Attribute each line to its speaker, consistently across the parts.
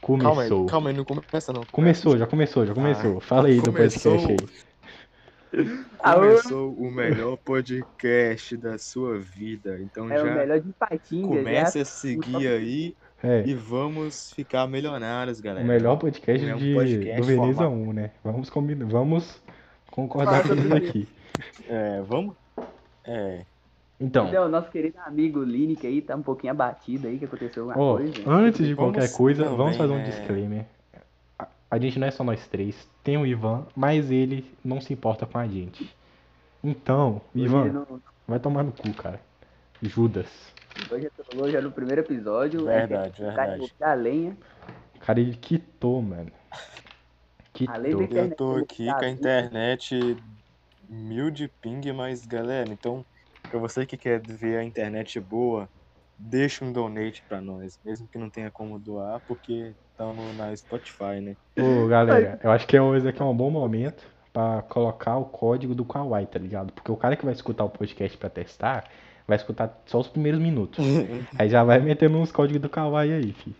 Speaker 1: Calma aí,
Speaker 2: Começou.
Speaker 1: calma aí, não começa não.
Speaker 2: Começou, já começou, já começou. Fala aí
Speaker 1: começou.
Speaker 2: do podcast
Speaker 3: Aô,
Speaker 1: Começou o melhor podcast da sua vida. Então
Speaker 3: é o
Speaker 1: já
Speaker 3: melhor de Patinga.
Speaker 1: começa
Speaker 3: já. tá
Speaker 1: a seguir aí
Speaker 2: aí.
Speaker 1: e vamos ficar milionários,
Speaker 2: É,
Speaker 1: galera.
Speaker 2: o melhor podcast,
Speaker 1: É um
Speaker 2: de,
Speaker 1: podcast
Speaker 2: do Veneza
Speaker 1: formal.
Speaker 2: 1, né? Vamos combinar, vamos concordar com
Speaker 3: Fala
Speaker 2: isso
Speaker 3: sobre
Speaker 2: aqui.
Speaker 1: É, vamos. É,
Speaker 2: Então,
Speaker 3: Então, nosso querido amigo Linick aí tá um pouquinho abatido aí, que aconteceu alguma
Speaker 2: ó,
Speaker 3: coisa.
Speaker 2: antes de
Speaker 1: Vamos
Speaker 2: qualquer coisa,
Speaker 1: também,
Speaker 2: vamos fazer um
Speaker 1: né?
Speaker 2: disclaimer. A, a gente não é só nós três, tem o Ivan, mas ele não se importa com a gente. Então,
Speaker 3: Ele
Speaker 2: Ivan,
Speaker 3: não-
Speaker 2: vai tomar no cu, cara. Judas.
Speaker 3: Hoje já falou já no primeiro episódio.
Speaker 1: verdade,
Speaker 3: O cara
Speaker 1: verdade.
Speaker 3: que a lenha.
Speaker 2: Cara, ele quitou, mano.
Speaker 3: Além
Speaker 2: Quitou.
Speaker 3: de-
Speaker 1: Eu tô aqui com a internet mil de ping, mas galera, então, pra você que quer ver a internet boa, deixa um donate pra nós, mesmo que não tenha como doar, porque estamos na Spotify, né?
Speaker 2: Ô, galera, eu acho que hoje aqui é um bom momento pra colocar o código do Kawaii, tá ligado? Porque o cara que vai escutar o podcast pra testar, vai escutar só os primeiros minutos.
Speaker 1: né?
Speaker 2: Aí já vai metendo uns códigos do Kawaii aí, fi.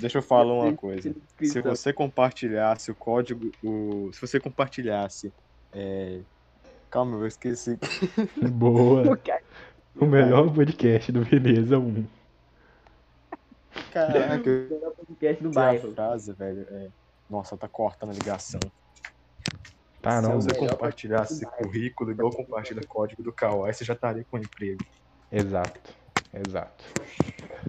Speaker 1: Deixa eu falar uma coisa. Se
Speaker 3: Então,
Speaker 1: você compartilhasse o código, o... se você compartilhasse, é... calma, eu esqueci.
Speaker 2: Boa.
Speaker 3: o cara-
Speaker 2: O melhor podcast do Veneza 1.
Speaker 1: Caraca, eu
Speaker 3: o melhor podcast do
Speaker 1: esqueci a
Speaker 3: bairro.
Speaker 1: frase, velho. é. Nossa, tá cortando a ligação.
Speaker 2: Tá, não.
Speaker 1: Se você
Speaker 3: velho.
Speaker 1: compartilhasse currículo igual compartilha código do Kawaii, você já estaria com um emprego.
Speaker 2: Exato. Exato.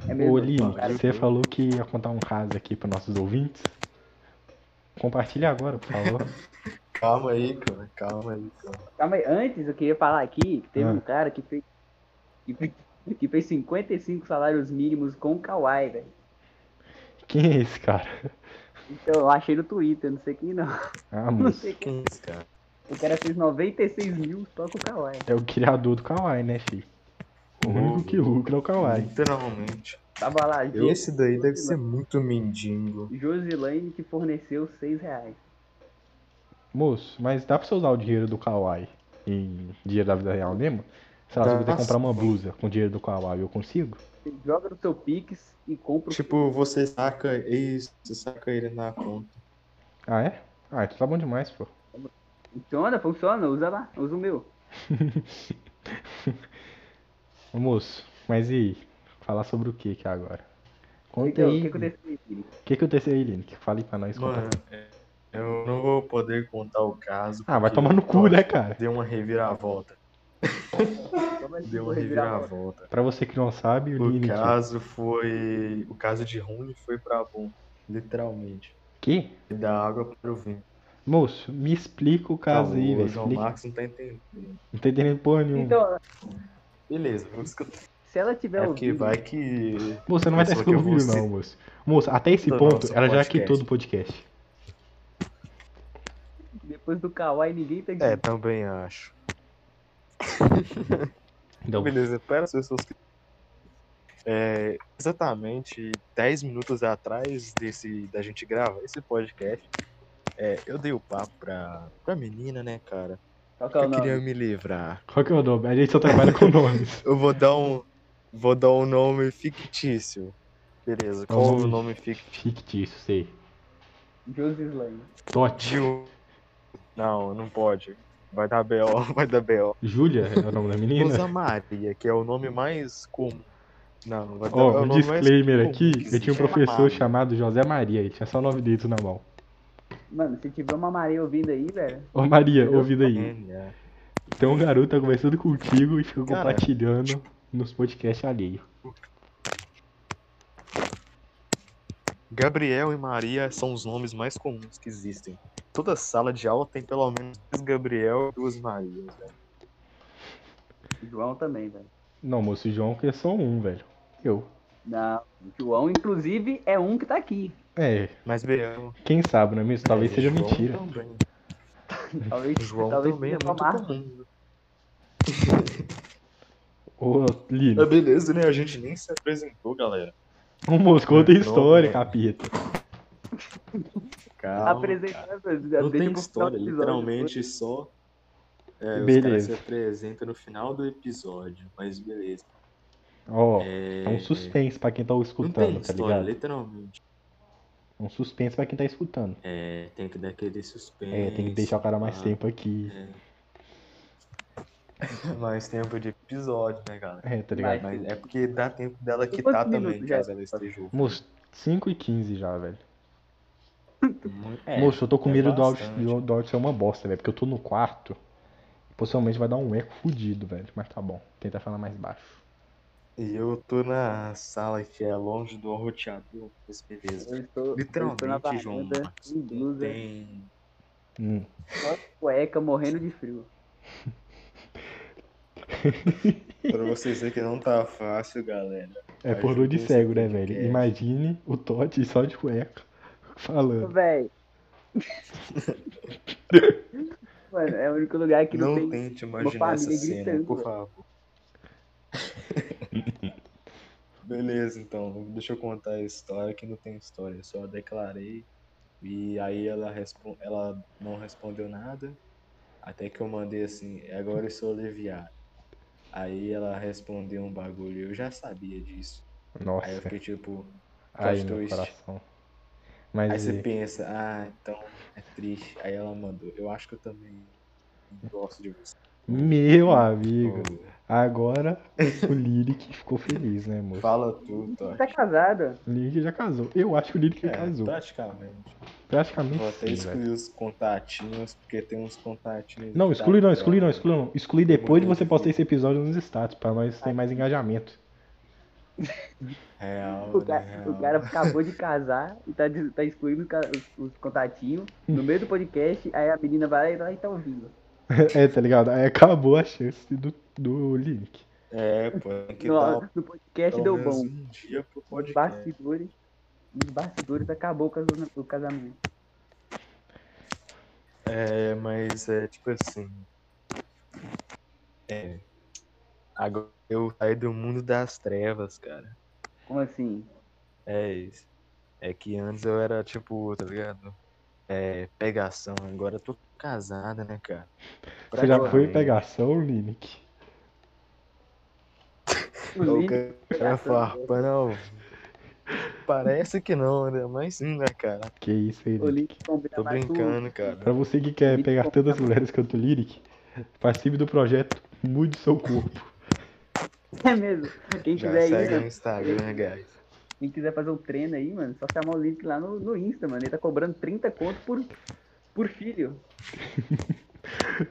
Speaker 3: É mesmo.
Speaker 2: Ô, Lino,
Speaker 1: cara.
Speaker 2: você falou que ia contar um caso aqui pros nossos ouvintes. Compartilha agora, por favor.
Speaker 1: Calma aí, cara. Calma aí, cara.
Speaker 3: Calma aí, antes eu queria falar aqui que teve
Speaker 2: Ah.
Speaker 3: um cara que fez, que fez, que fez 55 salários mínimos com o Kawaii, velho.
Speaker 2: Quem é esse cara?
Speaker 3: Então eu achei no Twitter, não sei quem não.
Speaker 2: Ah,
Speaker 3: Não
Speaker 2: moço.
Speaker 3: sei quem.
Speaker 1: isso, cara?
Speaker 3: O cara fez 96 mil só com o Kawaii.
Speaker 2: É o criador do Kawaii, né, fi? O único que lucra é o Kawaii.
Speaker 1: Literalmente.
Speaker 3: Tava lá, Jo-
Speaker 1: Esse daí deve ser muito mendigo.
Speaker 3: Josilane que forneceu 6 reais.
Speaker 2: Moço, mas dá pra você usar o dinheiro do Kawaii em dinheiro da vida real mesmo? Sei lá, se eu quiser
Speaker 1: Dá.
Speaker 2: comprar uma blusa com dinheiro do Kawaii, eu consigo?
Speaker 3: Você joga no seu Pix e compra o
Speaker 1: Tipo, você saca isso, você saca ele na conta.
Speaker 2: Ah, é? Ah, então tá bom demais, pô.
Speaker 3: Funciona, funciona, usa lá, usa o meu.
Speaker 2: Ô, Moço, mas e aí? Falar sobre o que que é agora? Conta
Speaker 3: Então, o
Speaker 2: aí.
Speaker 3: que aconteceu aí, Vini?
Speaker 2: O que aconteceu aí, Lino? Que Fala aí pra nós. conta
Speaker 1: Mano,
Speaker 2: pra nós.
Speaker 1: é, eu não vou poder contar o caso.
Speaker 2: Ah, vai
Speaker 1: porque,
Speaker 2: tomar no cu,
Speaker 1: ó,
Speaker 2: né, cara?
Speaker 1: Deu uma reviravolta.
Speaker 3: Só mais
Speaker 1: Deu
Speaker 3: um
Speaker 1: uma
Speaker 3: reviravolta.
Speaker 1: reviravolta.
Speaker 2: Pra você que não sabe, o
Speaker 1: O
Speaker 2: Lino.
Speaker 1: caso foi. O caso de ruim foi pra bom. Literalmente.
Speaker 2: Que?
Speaker 1: Da água para o vinho.
Speaker 2: Moço, me explica o caso aí,
Speaker 1: Calma,
Speaker 2: velho.
Speaker 1: o João
Speaker 2: Tá Explica.
Speaker 1: Marcos não tá entendendo.
Speaker 2: Não tô entendendo porra nenhuma.
Speaker 3: Então,
Speaker 1: Beleza, vamos escutar.
Speaker 3: se ela tiver
Speaker 1: É porque
Speaker 3: ouvido,
Speaker 1: vai que.
Speaker 2: Moça, você não vai estar
Speaker 1: Pessoa que
Speaker 2: escutando
Speaker 1: eu
Speaker 2: o
Speaker 1: vou
Speaker 2: vídeo,
Speaker 1: ser-
Speaker 2: não, moço. Moça, até esse
Speaker 1: Não,
Speaker 2: ponto,
Speaker 1: não,
Speaker 2: ela já
Speaker 1: podcast.
Speaker 2: quitou do podcast.
Speaker 3: depois do Kawaii ninguém tá
Speaker 1: É, também acho.
Speaker 2: Então,
Speaker 1: Beleza, para as pessoas que. É, exatamente 10 minutos atrás desse, da gente gravar esse podcast, é, eu dei o papo pra, pra menina, né, cara?
Speaker 3: Qual que é o
Speaker 1: Eu
Speaker 3: nome?
Speaker 1: queria me livrar.
Speaker 2: qual que é o nome? A gente só trabalha com nomes.
Speaker 1: Eu vou dar um. Vou dar um nome fictício. Beleza, qual o nome fictício?
Speaker 2: Fictício, sei.
Speaker 3: Josilane.
Speaker 2: Totti.
Speaker 1: Não, não pode. Vai dar B.O., vai dar B.O.
Speaker 2: Júlia é o nome da menina?
Speaker 1: Rosa Maria, que é o nome mais comum. Não, vai ter é
Speaker 2: Ó,
Speaker 1: o
Speaker 2: um
Speaker 1: nome mais
Speaker 2: disclaimer
Speaker 1: comum
Speaker 2: aqui,
Speaker 1: que
Speaker 2: eu tinha um
Speaker 1: existe, é
Speaker 2: professor
Speaker 1: Maria.
Speaker 2: chamado José Maria, ele tinha só nove dedos na mão.
Speaker 3: Mano, se tiver uma Maria ouvindo aí, velho,
Speaker 2: Ô Maria,
Speaker 1: Eu-
Speaker 2: ouvindo aí.
Speaker 1: É, é.
Speaker 2: Tem um garoto tá conversando contigo e fica
Speaker 1: Cara.
Speaker 2: compartilhando nos podcasts alheio.
Speaker 1: Gabriel e Maria são os nomes mais comuns que existem. Toda sala de aula tem pelo menos dois Gabriel e duas Marias. né? velho.
Speaker 3: João também, velho.
Speaker 2: Não, moço, o João que é só um, velho. Eu.
Speaker 3: Não, João, inclusive, é um que tá aqui.
Speaker 2: É,
Speaker 1: Mas Gabriel.
Speaker 2: quem sabe, não é mesmo? Talvez
Speaker 1: é,
Speaker 2: seja
Speaker 1: João
Speaker 2: mentira.
Speaker 1: Também.
Speaker 3: Talvez,
Speaker 1: João
Speaker 3: talvez
Speaker 1: também é
Speaker 3: seja
Speaker 1: muito
Speaker 3: uma marca.
Speaker 1: comum.
Speaker 2: Ô, Lino.
Speaker 1: É beleza, né? A gente nem se apresentou, galera. É,
Speaker 2: Ô, moço, conta a
Speaker 1: Não,
Speaker 2: história,
Speaker 1: não.
Speaker 2: capeta.
Speaker 1: Calma. cara.
Speaker 3: Apresentando.
Speaker 1: Não
Speaker 3: deixa
Speaker 1: tem
Speaker 3: pro final
Speaker 1: história,
Speaker 3: do episódio.
Speaker 1: literalmente só. É, os caras
Speaker 2: Beleza.
Speaker 1: se apresentam no final do episódio, mas beleza.
Speaker 2: Ó,
Speaker 1: É,
Speaker 2: é um suspense pra quem tá
Speaker 1: não tem
Speaker 2: escutando, tá
Speaker 1: história, né?
Speaker 2: ligado?
Speaker 1: literalmente.
Speaker 2: É um suspense pra quem tá escutando.
Speaker 1: É, tem que dar aquele suspense.
Speaker 2: É, tem que deixar o cara mais
Speaker 1: pá.
Speaker 2: tempo aqui.
Speaker 1: Mais tempo de episódio, né, cara?
Speaker 2: É, tá ligado?
Speaker 1: Mas é porque dá tempo dela
Speaker 3: Quantos
Speaker 1: quitar também,
Speaker 3: minutos já?
Speaker 1: caso ela esteja ouvindo.
Speaker 2: Moço, 5 e 15 já, velho.
Speaker 1: É,
Speaker 2: Moço, eu tô com
Speaker 1: é
Speaker 2: medo do áudio,
Speaker 1: bastante.
Speaker 2: do- do áudio ser uma bosta, velho. Porque eu tô no quarto. Possivelmente vai dar um eco fudido, velho. Mas tá bom. Tentar falar mais baixo.
Speaker 1: E eu tô na sala que é longe do roteador, mas beleza.
Speaker 3: Eu estou, eu estou na
Speaker 1: Literalmente, João
Speaker 3: varanda,
Speaker 1: Marcos,
Speaker 3: em blusa,
Speaker 1: Tem.
Speaker 2: Hum.
Speaker 3: só de cueca, morrendo de frio.
Speaker 1: Pra vocês verem que não tá fácil, galera.
Speaker 2: É
Speaker 1: Vai
Speaker 2: por dor de
Speaker 1: junto esse
Speaker 2: cego, né,
Speaker 1: podcast.
Speaker 2: velho? Imagine o Totti só de cueca
Speaker 1: É.
Speaker 2: falando.
Speaker 3: Véi. Mano, é o único lugar que não,
Speaker 1: não
Speaker 3: tem.
Speaker 1: tente imaginar
Speaker 3: família
Speaker 1: essa cena,
Speaker 3: gritando,
Speaker 1: por
Speaker 3: velho.
Speaker 1: favor. Beleza, então. Deixa eu contar a história que não tem história. Eu só declarei e aí ela, respon- ela não respondeu nada. Até que eu mandei assim, agora eu sou aliviado. Aí ela respondeu um bagulho, eu já sabia disso. Aí eu
Speaker 2: Nossa,
Speaker 1: fiquei tipo,
Speaker 2: aí
Speaker 1: plot
Speaker 2: no
Speaker 1: twist.
Speaker 2: coração.
Speaker 1: Aí
Speaker 2: Mas é,
Speaker 1: você
Speaker 2: e,
Speaker 1: pensa, ah, então é triste. Aí ela mandou, eu acho que eu também gosto de você.
Speaker 2: meu amigo,
Speaker 1: Tipo,
Speaker 2: agora o Lyric ficou feliz, né, moço?
Speaker 1: Fala tudo, Totti.
Speaker 3: Tá casada?
Speaker 2: O Lyric já casou. Eu acho que o Lyric já
Speaker 1: É,
Speaker 2: casou.
Speaker 1: praticamente.
Speaker 2: Praticamente
Speaker 1: Vou até
Speaker 2: sim, velho.
Speaker 1: excluir os contatinhos, porque tem uns contatinhos.
Speaker 2: Não,
Speaker 1: que
Speaker 2: exclui
Speaker 1: dá
Speaker 2: não, exclui não,
Speaker 1: dó.
Speaker 2: exclui não. Exclui depois de
Speaker 1: Muito
Speaker 2: você postar esse episódio nos status, pra nós ter mais engajamento.
Speaker 1: Real,
Speaker 3: O
Speaker 1: né,
Speaker 3: cara,
Speaker 1: real.
Speaker 3: o cara acabou de casar e tá, des- tá excluindo os, ca- os- os contatinhos no meio do podcast. Aí a menina vai lá e tá ouvindo.
Speaker 2: É, tá ligado? Aí acabou a chance do, do Lyric.
Speaker 1: É, pô, tem que
Speaker 3: No,
Speaker 1: dar
Speaker 3: no podcast
Speaker 1: pelo
Speaker 3: é deu
Speaker 1: menos
Speaker 3: bom.
Speaker 1: um dia pro
Speaker 3: Nos
Speaker 1: podcast.
Speaker 3: bastidores, nos bastidores acabou o casam- o casamento.
Speaker 1: É, mas é tipo assim. É. Agora eu saí do mundo das trevas, cara.
Speaker 3: Como assim?
Speaker 1: É isso. É que antes eu era tipo, tá ligado? É, pegação. Agora eu tô casada, né, cara?
Speaker 2: Você já foi
Speaker 1: Praticamente.
Speaker 2: pegação, Lyric?
Speaker 1: O
Speaker 3: Inclusive,
Speaker 1: cara é farpa, não. Parece que não, né? Mas sim, né, cara?
Speaker 2: Que isso aí,
Speaker 3: o
Speaker 2: Lyric.
Speaker 3: link combina
Speaker 1: Tô
Speaker 3: mais com-
Speaker 1: brincando, cara.
Speaker 2: Pra você que quer
Speaker 3: Me
Speaker 2: pegar
Speaker 3: conta.
Speaker 2: tantas mulheres quanto o Lyric, participe do projeto Mude Seu Corpo.
Speaker 3: É mesmo. Quem né?
Speaker 1: Já
Speaker 3: quiser
Speaker 1: segue
Speaker 3: ir,
Speaker 1: no Instagram, guys.
Speaker 3: Quem quiser fazer o treino aí, mano, só chamar o Link lá no, no Insta, mano. Ele tá cobrando 30 conto por, por filho.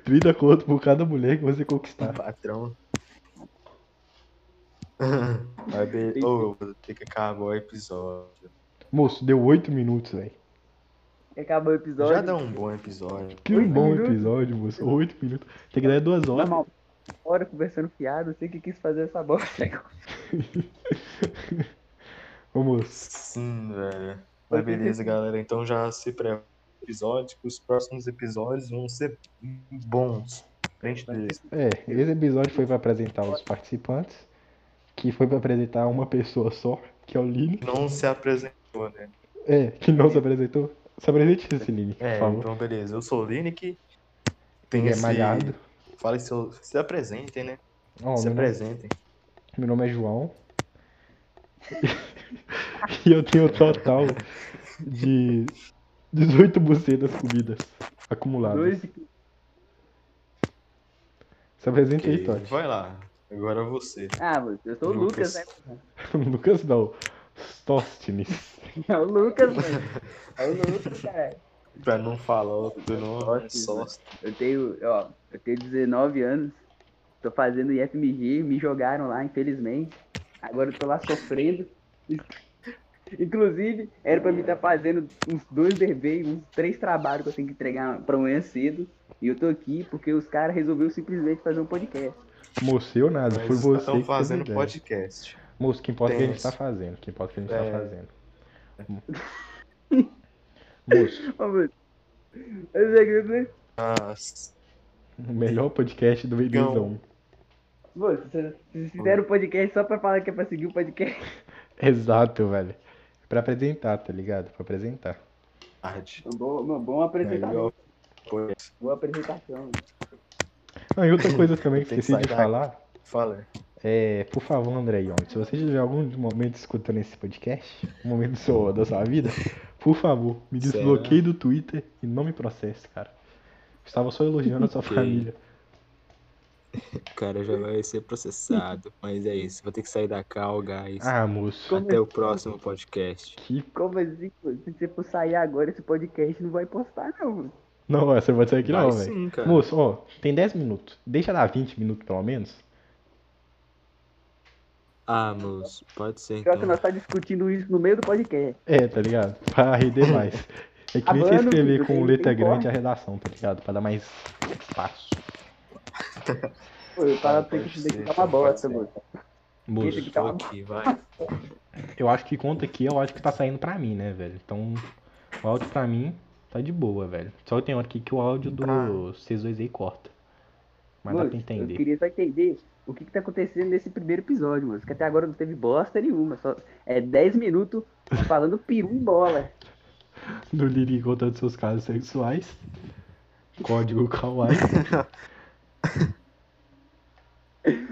Speaker 2: 30 conto por cada mulher que você conquistar.
Speaker 1: Patrão. Vai be... Ô, vou ter que acabar o episódio.
Speaker 2: Moço, deu 8 minutos, velho.
Speaker 3: E acabou o episódio.
Speaker 1: Já dá um bom episódio.
Speaker 2: Que
Speaker 3: Oito
Speaker 2: bom
Speaker 3: minutos? Tá
Speaker 2: episódio, moço. 8 minutos. Tem que dar duas horas.
Speaker 3: Normal. Hora conversando fiado, sei que quis fazer essa bosta. agora.
Speaker 2: Ô, moço.
Speaker 1: Sim, velho. Mas beleza, galera. Então já se prepara pro episódio, que os próximos episódios vão ser bons. Frente desse.
Speaker 2: É, esse episódio foi pra apresentar os participantes, que foi pra apresentar uma pessoa só, que é o Lini.
Speaker 1: Não se apresentou, né?
Speaker 2: É, que não se apresentou. Se apresente esse Lini, por
Speaker 1: É,
Speaker 2: favor.
Speaker 1: então beleza. Eu sou o Lineck. Tem
Speaker 2: Ele é
Speaker 1: esse...
Speaker 2: malhado.
Speaker 1: Fala seu... Se apresentem, né?
Speaker 2: Ó,
Speaker 1: se
Speaker 2: meu nome-
Speaker 1: apresentem.
Speaker 2: Meu nome é João. e eu tenho um total de 18% das comidas acumuladas.
Speaker 3: Dois de
Speaker 2: Se apresenta aí,
Speaker 1: Ok,
Speaker 2: Totti.
Speaker 1: Vai lá. Agora é você.
Speaker 3: Ah, mano, eu sou o Lucas,
Speaker 1: Lucas.
Speaker 3: né?
Speaker 2: Lucas não. Tostines.
Speaker 3: É o Lucas, mano. É o Lucas, cara.
Speaker 1: Pra não falar do nome, é só.
Speaker 3: Eu tenho, ó, eu tenho 19 anos. Tô fazendo IFMG, me jogaram lá, infelizmente. Agora eu tô lá sofrendo. Inclusive, era pra mim estar fazendo uns dois deveres, uns três trabalhos que eu tenho que entregar pra amanhã cedo. E eu tô aqui porque os caras resolveram simplesmente fazer um podcast.
Speaker 2: Moço, eu nada. Foi
Speaker 1: Mas
Speaker 2: você que
Speaker 1: estão
Speaker 2: teve
Speaker 1: fazendo
Speaker 2: ideia.
Speaker 1: podcast.
Speaker 2: Moço, que importa é que a gente
Speaker 1: Tenso.
Speaker 2: tá fazendo. Que importa é que a gente tá
Speaker 1: É.
Speaker 2: fazendo. Moço,
Speaker 3: Ô, mano, eu sei que você-
Speaker 1: Mas,
Speaker 2: o melhor podcast do Veganismo.
Speaker 3: Mano, vocês vocês fizeram um podcast só pra falar que é pra seguir o podcast.
Speaker 2: Exato, velho. Pra apresentar, tá ligado? Pra apresentar.
Speaker 1: tarde.
Speaker 3: Um bom, uma boa apresentação.
Speaker 1: Melhor podcast.
Speaker 3: Boa apresentação.
Speaker 2: Ah, e outra coisa também que
Speaker 1: Tem que
Speaker 2: esqueci de
Speaker 1: sair da-
Speaker 2: falar.
Speaker 1: Fala.
Speaker 2: É, por favor, André Young, se você tiver algum momento escutando esse podcast, um momento do seu, da sua vida, por favor, me
Speaker 1: Sério? né?
Speaker 2: desbloqueie do Twitter e não me processe, cara. Estava só elogiando a sua
Speaker 1: Ok.
Speaker 2: família.
Speaker 1: O cara já vai ser processado. Mas é isso. Vou ter que sair da cal, guys.
Speaker 2: Ah, moço,
Speaker 1: Até o próximo podcast.
Speaker 2: que...
Speaker 3: Como assim? pô? Se você for sair agora, esse podcast não vai postar, não.
Speaker 2: Não, você vai sair aqui
Speaker 1: Vai
Speaker 2: não, velho.
Speaker 1: sim, cara.
Speaker 2: Moço, ó, tem 10 minutos. Deixa dar 20 minutos pelo menos.
Speaker 1: Ah, moço. Pode ser
Speaker 3: Pior que
Speaker 1: então.
Speaker 3: nós tá discutindo isso no meio do podcast.
Speaker 2: É, tá ligado? Pra render mais. É que nem você
Speaker 3: Abano,
Speaker 2: escrever
Speaker 3: filho,
Speaker 2: com
Speaker 3: tem-
Speaker 2: letra
Speaker 3: tem
Speaker 2: grande
Speaker 3: corte.
Speaker 2: a redação, tá ligado? Pra dar mais espaço.
Speaker 3: Pô, eu falo pra você
Speaker 4: Ah,
Speaker 3: que
Speaker 4: pode
Speaker 3: isso daqui
Speaker 4: ser,
Speaker 3: tá uma
Speaker 4: pode
Speaker 3: bosta,
Speaker 4: ser.
Speaker 3: mano.
Speaker 2: Moço,
Speaker 3: Esse-
Speaker 1: Tô aqui, vai.
Speaker 2: eu acho que conta aqui, eu acho que tá saindo pra mim, né, velho? Então, o áudio pra mim tá de boa, velho. Só tem hora aqui que o áudio do C2 aí corta. Mas dá
Speaker 3: Mano,
Speaker 2: pra
Speaker 3: Eu
Speaker 2: entender.
Speaker 3: queria só entender o que, que tá acontecendo nesse primeiro episódio, mano. Que até agora não teve bosta nenhuma. Só é 10 minutos falando peru e bola.
Speaker 2: Do Liri contando seus casos sexuais. Código Kawaii.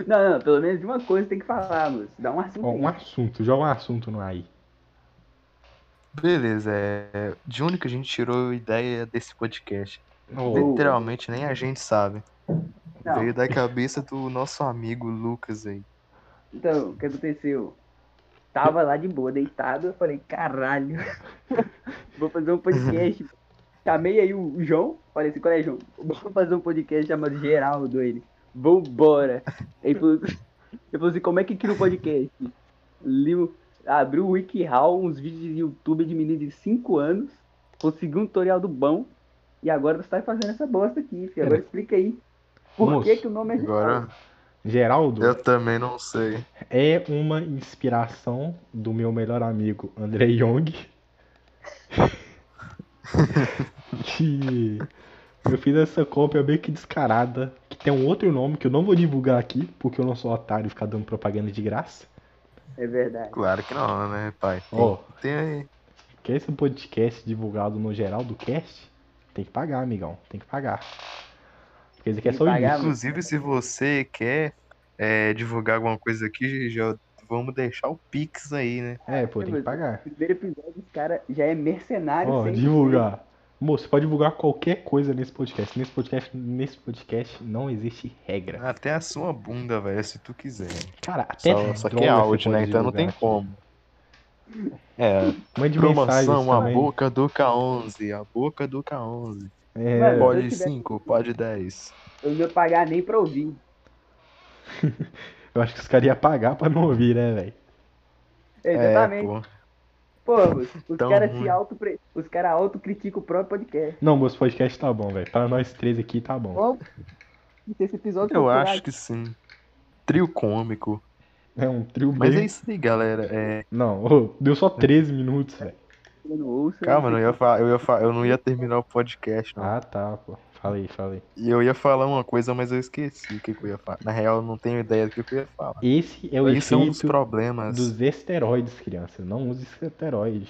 Speaker 3: Não, não, pelo menos de uma coisa tem que falar, mano. Dá um assunto.
Speaker 2: Ó, um
Speaker 3: aí.
Speaker 2: assunto, joga um assunto no aí.
Speaker 4: Beleza, é... de onde que a gente tirou a ideia desse podcast?
Speaker 2: Ó,
Speaker 4: Literalmente, nem a gente sabe.
Speaker 3: Não.
Speaker 4: Veio da cabeça do nosso amigo Lucas aí.
Speaker 3: Então, o que aconteceu? Tava lá de boa, deitado, eu falei, caralho, vou fazer um podcast. Chamei aí o João, falei assim, qual é, João? Vamos fazer um podcast chamado Geraldo, ele. Vambora. Ele falou, ele falou assim, como é que cria um podcast? Liu, abriu o WikiHow, uns vídeos de YouTube de menino de 5 anos, conseguiu um tutorial do bom, e agora você tá fazendo essa bosta aqui, filho. Agora explica aí. Por
Speaker 2: Moço,
Speaker 3: que, que o nome é
Speaker 4: Agora,
Speaker 2: Geraldo.
Speaker 4: eu também não sei.
Speaker 2: é uma inspiração do meu melhor amigo André Young. que eu fiz essa cópia meio que descarada, que tem um outro nome que eu não vou divulgar aqui, porque eu não sou otário e ficar dando propaganda de graça.
Speaker 3: É verdade.
Speaker 4: Claro que não, né, pai? Tem,
Speaker 2: Ó,
Speaker 4: tem aí.
Speaker 2: quer esse podcast divulgado no geral do cast? Tem que pagar, amigão, tem que pagar. Quer dizer que é
Speaker 3: Tem
Speaker 2: só
Speaker 3: que
Speaker 2: o
Speaker 3: pagar,
Speaker 2: início.
Speaker 4: Inclusive, se você quer é, divulgar alguma coisa aqui, já vamos deixar o Pix aí, né?
Speaker 2: É, pô, tem que pagar.
Speaker 3: primeiro episódio, os caras já é mercenário.
Speaker 2: Ó,
Speaker 3: sem-
Speaker 2: divulgar. Moço, você pode divulgar qualquer coisa nesse podcast. Nesse podcast, nesse podcast não existe regra.
Speaker 4: Até a sua bunda, velho, se tu quiser.
Speaker 2: Cara, até
Speaker 4: Só, só que é
Speaker 2: droga você
Speaker 4: áudio, né?
Speaker 2: pode
Speaker 4: Então não tem
Speaker 2: divulgar.
Speaker 4: como. É,
Speaker 2: Mande mensagens
Speaker 4: promoção, a
Speaker 2: também.
Speaker 4: boca do K11, a boca do K11.
Speaker 2: É,
Speaker 3: Mano,
Speaker 4: Pode
Speaker 3: eu tiver-
Speaker 4: 5, pode 10.
Speaker 3: Eu não ia pagar nem pra ouvir.
Speaker 2: eu acho que os caras iam pagar pra não ouvir, né, velho?
Speaker 3: Exatamente.
Speaker 4: É, pô.
Speaker 3: pô, os, os
Speaker 4: Tão
Speaker 3: caras
Speaker 4: ruim.
Speaker 3: se auto Os caras autocriticam o próprio podcast.
Speaker 2: Não, moço, podcast tá bom, velho. Pra nós três aqui tá bom.
Speaker 3: Bom, esse episódio
Speaker 4: Eu
Speaker 3: foi
Speaker 4: acho que sim. Trio cômico.
Speaker 2: É um trio bem...
Speaker 4: Mas é isso aí, galera. É,
Speaker 2: Não, ô, deu só 13 minutos, velho.
Speaker 3: que eu não ouço,
Speaker 4: calma, não
Speaker 3: não.
Speaker 4: ia fa- eu, ia fa- eu não ia terminar o podcast, não.
Speaker 2: Ah, tá, pô. Falei, falei.
Speaker 4: E eu ia falar uma coisa, mas eu esqueci o que, que eu ia falar. Na real, eu não tenho ideia do que, que eu ia falar.
Speaker 2: Esse é o
Speaker 4: Esse é um dos
Speaker 2: efeito
Speaker 4: problemas.
Speaker 2: dos esteroides, criança. Não use esteroides.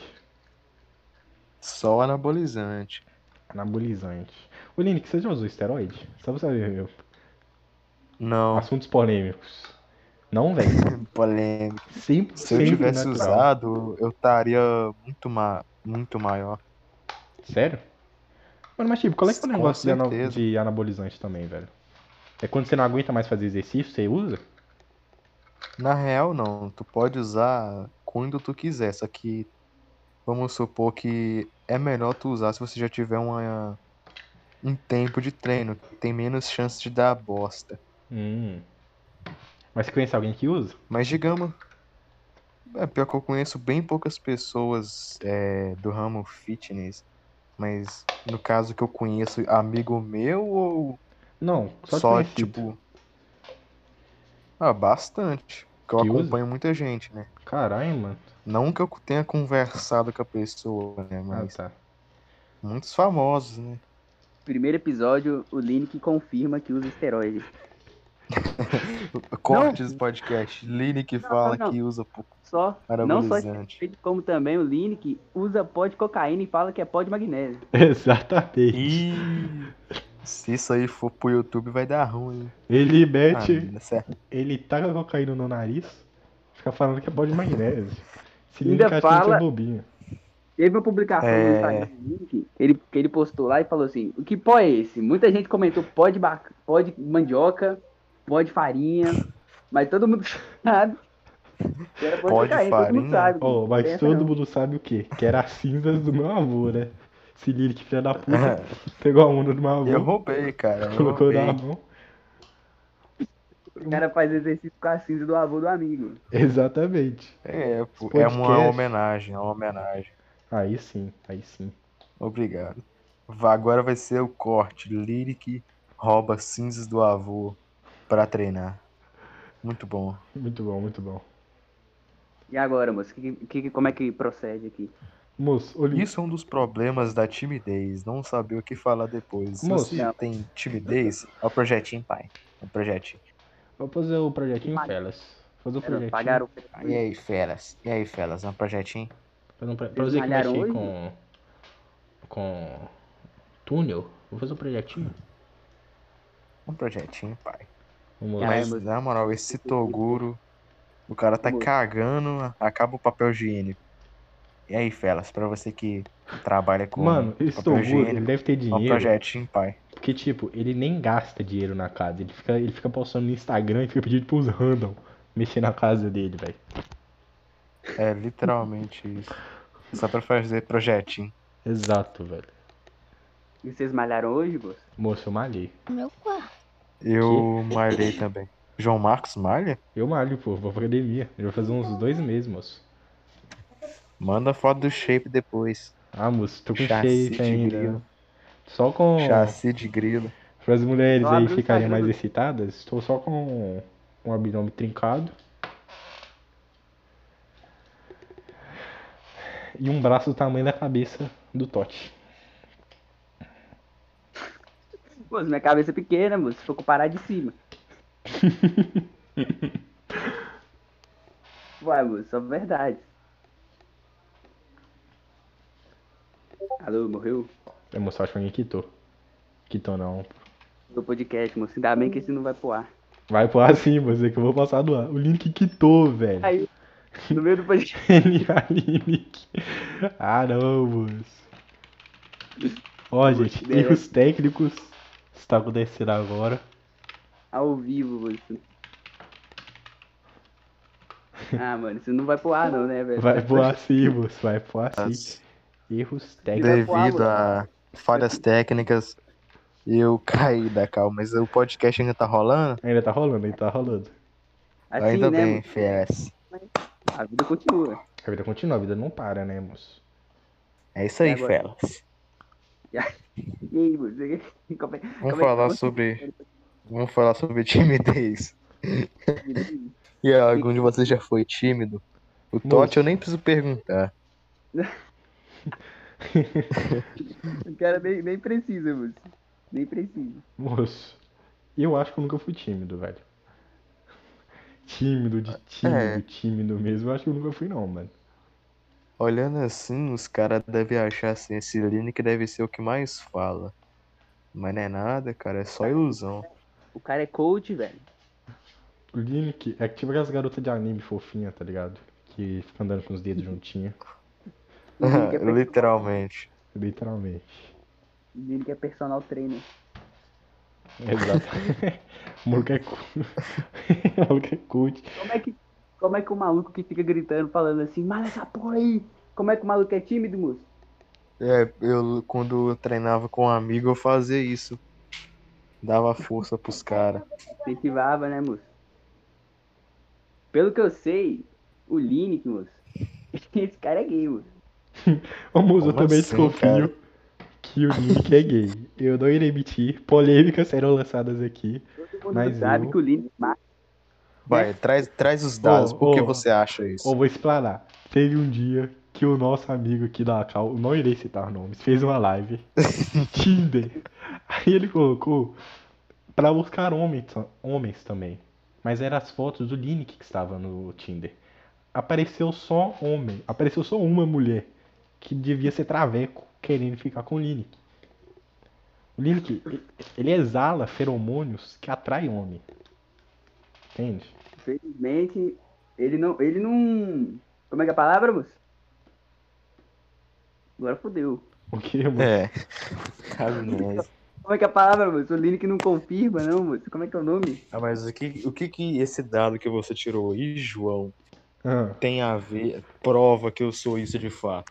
Speaker 4: Só anabolizante.
Speaker 2: Anabolizante. Ô, Lini, você já usou esteroide? Só pra saber, meu.
Speaker 4: Não,
Speaker 2: Assuntos polêmicos. Não, velho.
Speaker 4: polêmico.
Speaker 2: Sempre,
Speaker 4: Se eu
Speaker 2: sempre
Speaker 4: tivesse
Speaker 2: natural.
Speaker 4: usado, eu estaria muito, ma... muito maior.
Speaker 2: Sério? Mano, mas tipo, qual é que é o
Speaker 4: Com
Speaker 2: negócio de, ana-
Speaker 4: certeza.
Speaker 2: de anabolizante também, velho? É quando você não aguenta mais fazer exercício, você usa?
Speaker 4: Na real, não. Tu pode usar quando tu quiser, só que vamos supor que é melhor tu usar se você já tiver uma, um tempo de treino, que tem menos chance de dar bosta.
Speaker 2: Hum. Mas você conhece alguém que usa?
Speaker 4: Mas digamos, é pior que eu conheço bem poucas pessoas é, do ramo fitness, mas no caso que eu conheço, amigo meu ou
Speaker 2: Não, só,
Speaker 4: só
Speaker 2: conhecido.
Speaker 4: tipo. Ah, bastante. Porque eu
Speaker 2: Que usa?
Speaker 4: acompanho muita gente, né?
Speaker 2: tipo. Caralho, mano.
Speaker 4: Não que eu tenha conversado com a pessoa, né?
Speaker 2: Ah,
Speaker 4: Mas
Speaker 2: tá.
Speaker 4: muitos famosos, né?
Speaker 3: Primeiro episódio, o Linick confirma que usa esteroide.
Speaker 4: Cortes do podcast. Lili que fala
Speaker 3: não, não.
Speaker 4: que usa pô,
Speaker 3: Só, não só tipo
Speaker 4: parabolizante.
Speaker 3: esteroide, como também o Linick usa pó de cocaína e fala que é pó de magnésio.
Speaker 2: Exatamente.
Speaker 4: Ih, Se isso aí for pro YouTube, vai dar ruim.
Speaker 2: Ele
Speaker 4: Ah,
Speaker 2: mete,
Speaker 4: menina, sério.
Speaker 2: ele taca cocaína no nariz, fica falando que é pó de magnésio. Se
Speaker 3: Ainda
Speaker 2: liga que acha que a gente
Speaker 3: fala-
Speaker 2: é bobinho.
Speaker 3: Teve uma publicação
Speaker 4: É.
Speaker 3: no Instagram dele, que ele, que ele postou lá e falou assim: o que pó é esse? Muita gente comentou pó de, ba- pó de mandioca, pó de farinha, mas todo mundo sabe. que era
Speaker 4: Pó de
Speaker 3: cocaína, Todo
Speaker 4: farinha?
Speaker 3: mundo sabe.
Speaker 2: Oh, mas
Speaker 3: Não tem essa
Speaker 2: todo
Speaker 3: não.
Speaker 2: mundo sabe o quê? Que era as cinzas do meu avô, né? Se liga que filha da puta pegou a onda do meu avô,
Speaker 4: Eu roubei, cara. Eu
Speaker 2: colocou
Speaker 4: roubei.
Speaker 2: na mão.
Speaker 3: O cara faz exercício com a cinza do avô do amigo.
Speaker 2: Exatamente.
Speaker 4: É, pô,
Speaker 2: Esse
Speaker 4: é uma
Speaker 2: podcast.
Speaker 4: homenagem, é uma homenagem.
Speaker 2: Aí sim, aí sim.
Speaker 4: Obrigado. Vá, Agora vai ser o corte. Lyric rouba cinzas do avô pra treinar. Muito bom.
Speaker 2: Muito bom, muito bom.
Speaker 3: E agora, moço, que, que- como é que procede aqui?
Speaker 2: Moço, olha
Speaker 4: Isso é um dos problemas da timidez, não saber o que falar depois. Se
Speaker 2: Moço.
Speaker 4: você tem timidez, é o projetinho, pai. É o projetinho.
Speaker 2: Vou fazer o projetinho Felas. Fazer o projetinho.
Speaker 3: Pagaram
Speaker 4: E aí, é. felas? E aí, felas? É um projetinho?
Speaker 2: Fazer um pro-
Speaker 3: Vocês
Speaker 2: fazer que
Speaker 3: malharam
Speaker 2: mexer
Speaker 3: hoje?
Speaker 2: com. Com. Túnel. Vou fazer um projetinho.
Speaker 4: Um projetinho, pai.
Speaker 2: Vamos lá.
Speaker 4: Mas,
Speaker 3: Caramba.
Speaker 4: na moral, esse Toguro, o cara tá
Speaker 3: Moço.
Speaker 4: cagando, acaba o papel higiênico. E aí, felas, pra você que trabalha com
Speaker 2: Mano, esse
Speaker 4: papel
Speaker 2: Toguro,
Speaker 4: higiênico,
Speaker 2: ele deve ter
Speaker 4: é um
Speaker 2: dinheiro.
Speaker 4: projetinho, pai.
Speaker 2: Porque, tipo, ele nem gasta dinheiro na casa. Ele fica, ele fica postando no Instagram e fica pedindo pros random mexer na casa dele, velho.
Speaker 4: É literalmente isso. Só pra fazer projetinho.
Speaker 2: Exato, velho.
Speaker 3: E vocês malharam hoje, moço?
Speaker 2: Moço, eu malhei.
Speaker 5: Meu quarto.
Speaker 4: Eu malhei também. João Marcos malha?
Speaker 2: Eu malho, pô. Vou pra academia. Já vai fazer uns dois meses, moço.
Speaker 4: Manda foto do shape depois.
Speaker 2: Ah, moço, tô com
Speaker 4: Chassi
Speaker 2: shape
Speaker 4: de
Speaker 2: ainda.
Speaker 4: grilo.
Speaker 2: Só com.
Speaker 4: Chassi de grilo.
Speaker 2: Para as mulheres
Speaker 3: Então
Speaker 2: aí
Speaker 3: abre o
Speaker 2: ficarem
Speaker 3: Instagram
Speaker 2: mais
Speaker 3: do-
Speaker 2: excitadas, estou só com um abdômen trincado. E um braço do tamanho da cabeça do Totti.
Speaker 3: Moço, minha cabeça é pequena, moço. Se for comparar de cima. Uai, moço, só verdade. Alô, morreu?
Speaker 2: É, Eu mostrar acho que alguém quitou. Quitou não.
Speaker 3: Do podcast, moço. Ainda bem que esse não vai pro ar.
Speaker 2: Vai pro ar sim, você que eu vou passar do ar. O Link quitou, velho.
Speaker 3: Aí, no meio do podcast.
Speaker 2: Genial, Link. Ah não, moço. Ó, gente, erros técnicos. Está acontecendo agora.
Speaker 3: Ao vivo, moço. Ah, mano, isso não vai pro ar, não, né, velho?
Speaker 2: Vai pro ar sim, moço. Vai pro ar sim. Erros técnicos.
Speaker 4: Devido a falhas técnicas, eu caí da calma. Mas o podcast ainda tá rolando?
Speaker 2: Ainda tá rolando, ainda tá rolando.
Speaker 3: Assim,
Speaker 4: ainda
Speaker 3: né,
Speaker 4: bem,
Speaker 3: moço?
Speaker 4: fiéis.
Speaker 3: A vida continua.
Speaker 2: A vida continua, a vida não para, né, moço?
Speaker 4: É isso
Speaker 3: E
Speaker 4: aí,
Speaker 3: agora?
Speaker 4: Felas.
Speaker 3: E aí, moço? Como é-
Speaker 4: Vamos
Speaker 3: como é que
Speaker 4: falar
Speaker 3: você-
Speaker 4: sobre. Vamos falar sobre timidez. E algum de vocês já foi tímido? O Totti eu nem preciso perguntar.
Speaker 3: O cara nem, nem precisa, moço. Nem precisa.
Speaker 2: Moço, eu acho que eu nunca fui tímido, velho. Tímido, de tímido,
Speaker 4: É.
Speaker 2: tímido mesmo, eu acho que eu nunca fui, não, mano.
Speaker 4: Olhando assim, os caras devem achar assim, esse Lineker deve ser o que mais fala. Mas não é nada, cara, é só ilusão.
Speaker 3: O cara é coach, velho.
Speaker 2: O Linick é que tipo aquelas garotas de anime fofinha, tá ligado? Que fica andando com os dedos juntinha,
Speaker 3: O Link é, per-
Speaker 4: Literalmente.
Speaker 2: literalmente.
Speaker 3: o Link é personal trainer.
Speaker 2: Exato. O maluco é cu- O maluco é cult.
Speaker 3: Como é, que, como é que o maluco que fica gritando, falando assim, mala essa porra aí? Como é que o maluco é tímido, moço?
Speaker 4: É, eu quando eu treinava com um amigo, eu fazia isso. Dava força pros caras.
Speaker 3: Incentivava, né, moço? Pelo que eu sei, o Linick, moço, esse cara é gay, moço.
Speaker 2: Ô, moço, eu
Speaker 4: Como
Speaker 2: também
Speaker 4: assim,
Speaker 2: desconfio que o Linick é gay. Eu não irei mentir, polêmicas serão lançadas aqui.
Speaker 3: Todo mundo
Speaker 2: Mas
Speaker 3: sabe
Speaker 2: eu-
Speaker 3: que o Linick mata.
Speaker 4: Vai, traz, traz os dados.
Speaker 2: Ô,
Speaker 4: Por que
Speaker 2: ô.
Speaker 4: você acha isso?
Speaker 2: Ou vou explanar. Teve um dia que o nosso amigo aqui da Cal, não irei citar nomes, fez uma live. Tinder. Aí ele colocou pra buscar homens, homens também. Mas eram as fotos do Linick que estava no Tinder. Apareceu só homem. Apareceu só uma mulher. Que devia ser traveco, querendo ficar com o Linick. O Lick, ele exala feromônios que atraem homem. Entende?
Speaker 3: Felizmente, ele não. Ele não. Como é que é a palavra, moço? Agora fodeu.
Speaker 2: O que, mano?
Speaker 1: É.
Speaker 4: Caminhões.
Speaker 3: Como é que é a palavra, moço? O Linick não confirma, não, moço. Como é que é o nome?
Speaker 4: Ah, mas o que, o que que esse dado que você tirou aí, João,
Speaker 2: Ah,
Speaker 4: tem a ver, prova que eu sou isso de fato?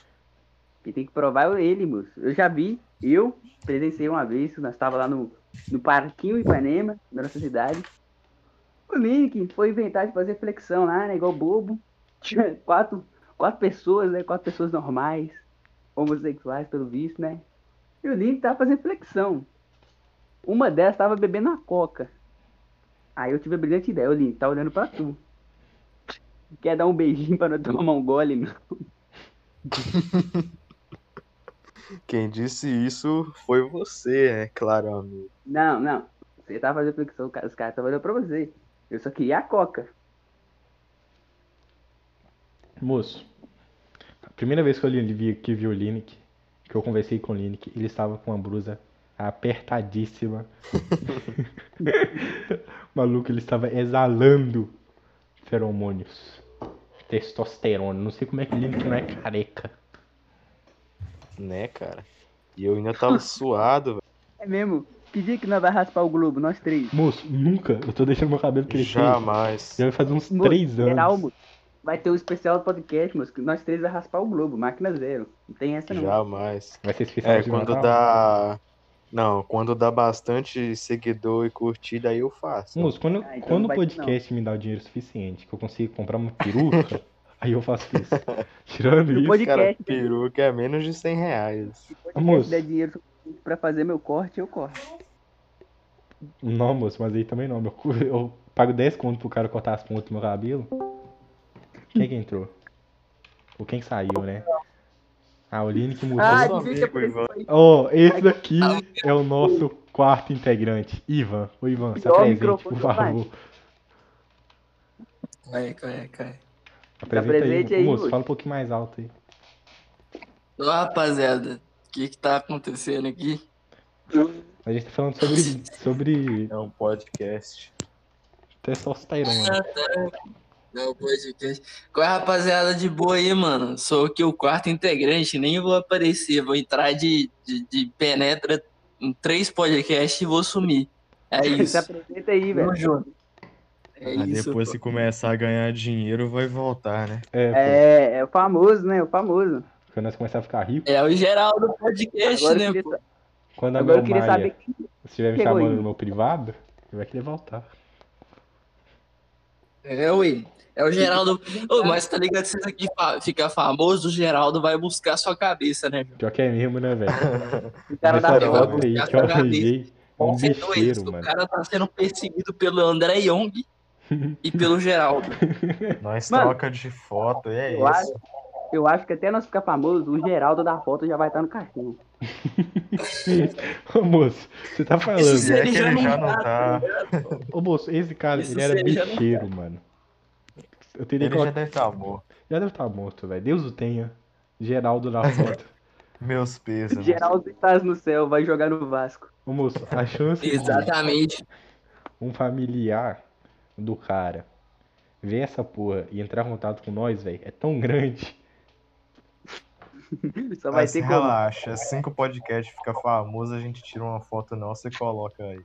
Speaker 3: Quem tem que provar é ele, moço. Eu já vi, eu presenciei uma vez, nós estava lá no, no Parquinho Ipanema, na nossa cidade. O Link foi inventar de fazer flexão lá, né? Igual bobo. Tinha quatro, quatro pessoas, né? Quatro pessoas normais, homossexuais, pelo visto, né? E o Link tava fazendo flexão. Uma delas tava bebendo uma coca. Aí eu tive a brilhante ideia, o Link tá olhando pra tu. Quer dar um beijinho pra não tomar um gole, não?
Speaker 4: Quem disse isso foi você, é claro, amigo.
Speaker 3: Não, não. Você tava fazendo flexão, cara- os caras estavam olhando pra você. Eu só queria a coca.
Speaker 2: Moço, a primeira vez que eu li- vi, que vi o Linick, que eu conversei com o Linick, ele estava com uma blusa apertadíssima. Maluco, ele estava exalando feromônios. Testosterona. Não sei como é que o Linick não é careca.
Speaker 4: Né, cara? E eu ainda tava suado, velho.
Speaker 3: É mesmo? Que dia que nós vai raspar o globo, nós três?
Speaker 2: Moço, nunca. Eu tô deixando meu cabelo crescer.
Speaker 4: Jamais.
Speaker 2: Já vai fazer uns
Speaker 3: Moço, é
Speaker 2: três anos.
Speaker 3: geral, moço, vai ter um especial do podcast, moço, que nós três vai raspar o globo, máquina zero. Não tem essa não.
Speaker 4: Jamais.
Speaker 2: Vai ser especial
Speaker 4: É,
Speaker 2: de
Speaker 4: quando
Speaker 2: Natal?
Speaker 4: dá. Não, quando dá bastante seguidor e curtida, aí eu faço.
Speaker 2: Moço, quando,
Speaker 3: Ah, então
Speaker 2: quando
Speaker 3: não
Speaker 2: o
Speaker 3: vai ter, não.
Speaker 2: podcast me dá o dinheiro suficiente, que eu consigo comprar uma peruca, aí eu faço isso. Tirando
Speaker 3: No
Speaker 2: isso,
Speaker 3: podcast,
Speaker 4: Cara, peruca é menos de 100 reais.
Speaker 2: moço.
Speaker 3: Se der dinheiro suficiente pra fazer meu corte, eu corto.
Speaker 2: não, moço, mas aí também não. meu cu- eu pago 10 conto pro cara cortar as pontas do meu cabelo. Quem é que entrou? Ou quem que saiu, né? Ah, o Lini que mudou.
Speaker 3: Ah,
Speaker 4: sou
Speaker 3: devia ter
Speaker 4: amigo,
Speaker 3: aparecido
Speaker 4: Ivan.
Speaker 3: aí.
Speaker 2: Ó, esse daqui é o nosso quarto integrante, Ivan. Ô, Ivan, se
Speaker 3: Pior
Speaker 2: apresente,
Speaker 3: microfone
Speaker 2: por
Speaker 3: do
Speaker 2: favor.
Speaker 5: Cai, cai, cai.
Speaker 2: Apresente
Speaker 3: apresente
Speaker 2: aí,
Speaker 3: aí,
Speaker 2: moço.
Speaker 3: moço.
Speaker 2: Fala um pouquinho mais alto aí.
Speaker 5: Ô, rapaziada, o que que tá acontecendo aqui?
Speaker 2: A gente tá falando sobre, sobre
Speaker 4: É um podcast.
Speaker 2: testosterona.
Speaker 5: É o podcast. Qual é, rapaziada, de boa aí, mano? Sou aqui o quarto integrante, nem vou aparecer. Vou entrar de, de, de penetra em três podcasts e vou sumir. É
Speaker 3: Se
Speaker 5: isso.
Speaker 3: apresenta aí, velho.
Speaker 5: Tamo junto. É
Speaker 4: Aí
Speaker 5: isso.
Speaker 4: depois
Speaker 5: pô.
Speaker 4: se começar a ganhar dinheiro, vai voltar, né?
Speaker 2: É, pô.
Speaker 3: É, é o famoso, né? O famoso.
Speaker 2: Quando nós começar a ficar rico,
Speaker 5: É o geral do podcast,
Speaker 3: Agora eu
Speaker 5: né?
Speaker 3: queria,
Speaker 5: pô?
Speaker 3: sa-
Speaker 2: quando a
Speaker 3: agora eu
Speaker 2: Mel
Speaker 3: queria
Speaker 2: Maia
Speaker 3: saber é, quem
Speaker 2: estiver me
Speaker 3: pegou
Speaker 2: chamando
Speaker 3: ele.
Speaker 2: no meu privado, ele vai querer voltar.
Speaker 5: É, ui. É o Geraldo. Ô, mas tá ligado? Se isso aqui fa- ficar famoso, o Geraldo vai buscar sua cabeça, né? meu?
Speaker 2: Pior que é mesmo, né, velho?
Speaker 3: o cara
Speaker 2: Essa
Speaker 3: da
Speaker 5: Ele
Speaker 3: droga.
Speaker 5: vai
Speaker 2: foto aí
Speaker 5: buscar
Speaker 2: que eu
Speaker 5: sua cabeça.
Speaker 2: arranjei é um
Speaker 5: Você é doido,
Speaker 2: bicheiro,
Speaker 5: O
Speaker 2: mano.
Speaker 5: cara tá sendo perseguido pelo André Young e pelo Geraldo.
Speaker 4: Nós
Speaker 3: Mano,
Speaker 4: troca de foto, é
Speaker 3: Eu acho,
Speaker 4: isso.
Speaker 3: eu acho que até nós ficar famoso, o Geraldo da foto já vai estar no caixinho.
Speaker 2: Ô, moço, você tá
Speaker 5: Isso
Speaker 4: Se
Speaker 2: falando.
Speaker 4: é
Speaker 5: ele
Speaker 4: que
Speaker 5: já
Speaker 4: ele
Speaker 5: não
Speaker 4: já
Speaker 5: tá,
Speaker 4: não tá.
Speaker 2: Ô, moço, esse cara,
Speaker 5: Isso
Speaker 2: ele era
Speaker 5: seria-
Speaker 2: bicheiro, mano. Eu teria
Speaker 4: Ele
Speaker 2: que
Speaker 4: já
Speaker 2: colocar.
Speaker 4: deve tá estar morto.
Speaker 2: Já deve estar morto, velho. Deus o tenha. Geraldo na foto.
Speaker 4: Meus pesos. né?
Speaker 3: Geraldo estás no céu, vai jogar no Vasco.
Speaker 2: Ô, moço, a chance de
Speaker 5: Exatamente.
Speaker 2: um familiar do cara ver essa porra e entrar em contato com nós, velho, é tão grande.
Speaker 3: Só vai
Speaker 4: Mas
Speaker 3: ter como.
Speaker 4: relaxa, assim que o podcast fica famoso, a gente tira uma foto nossa e coloca aí.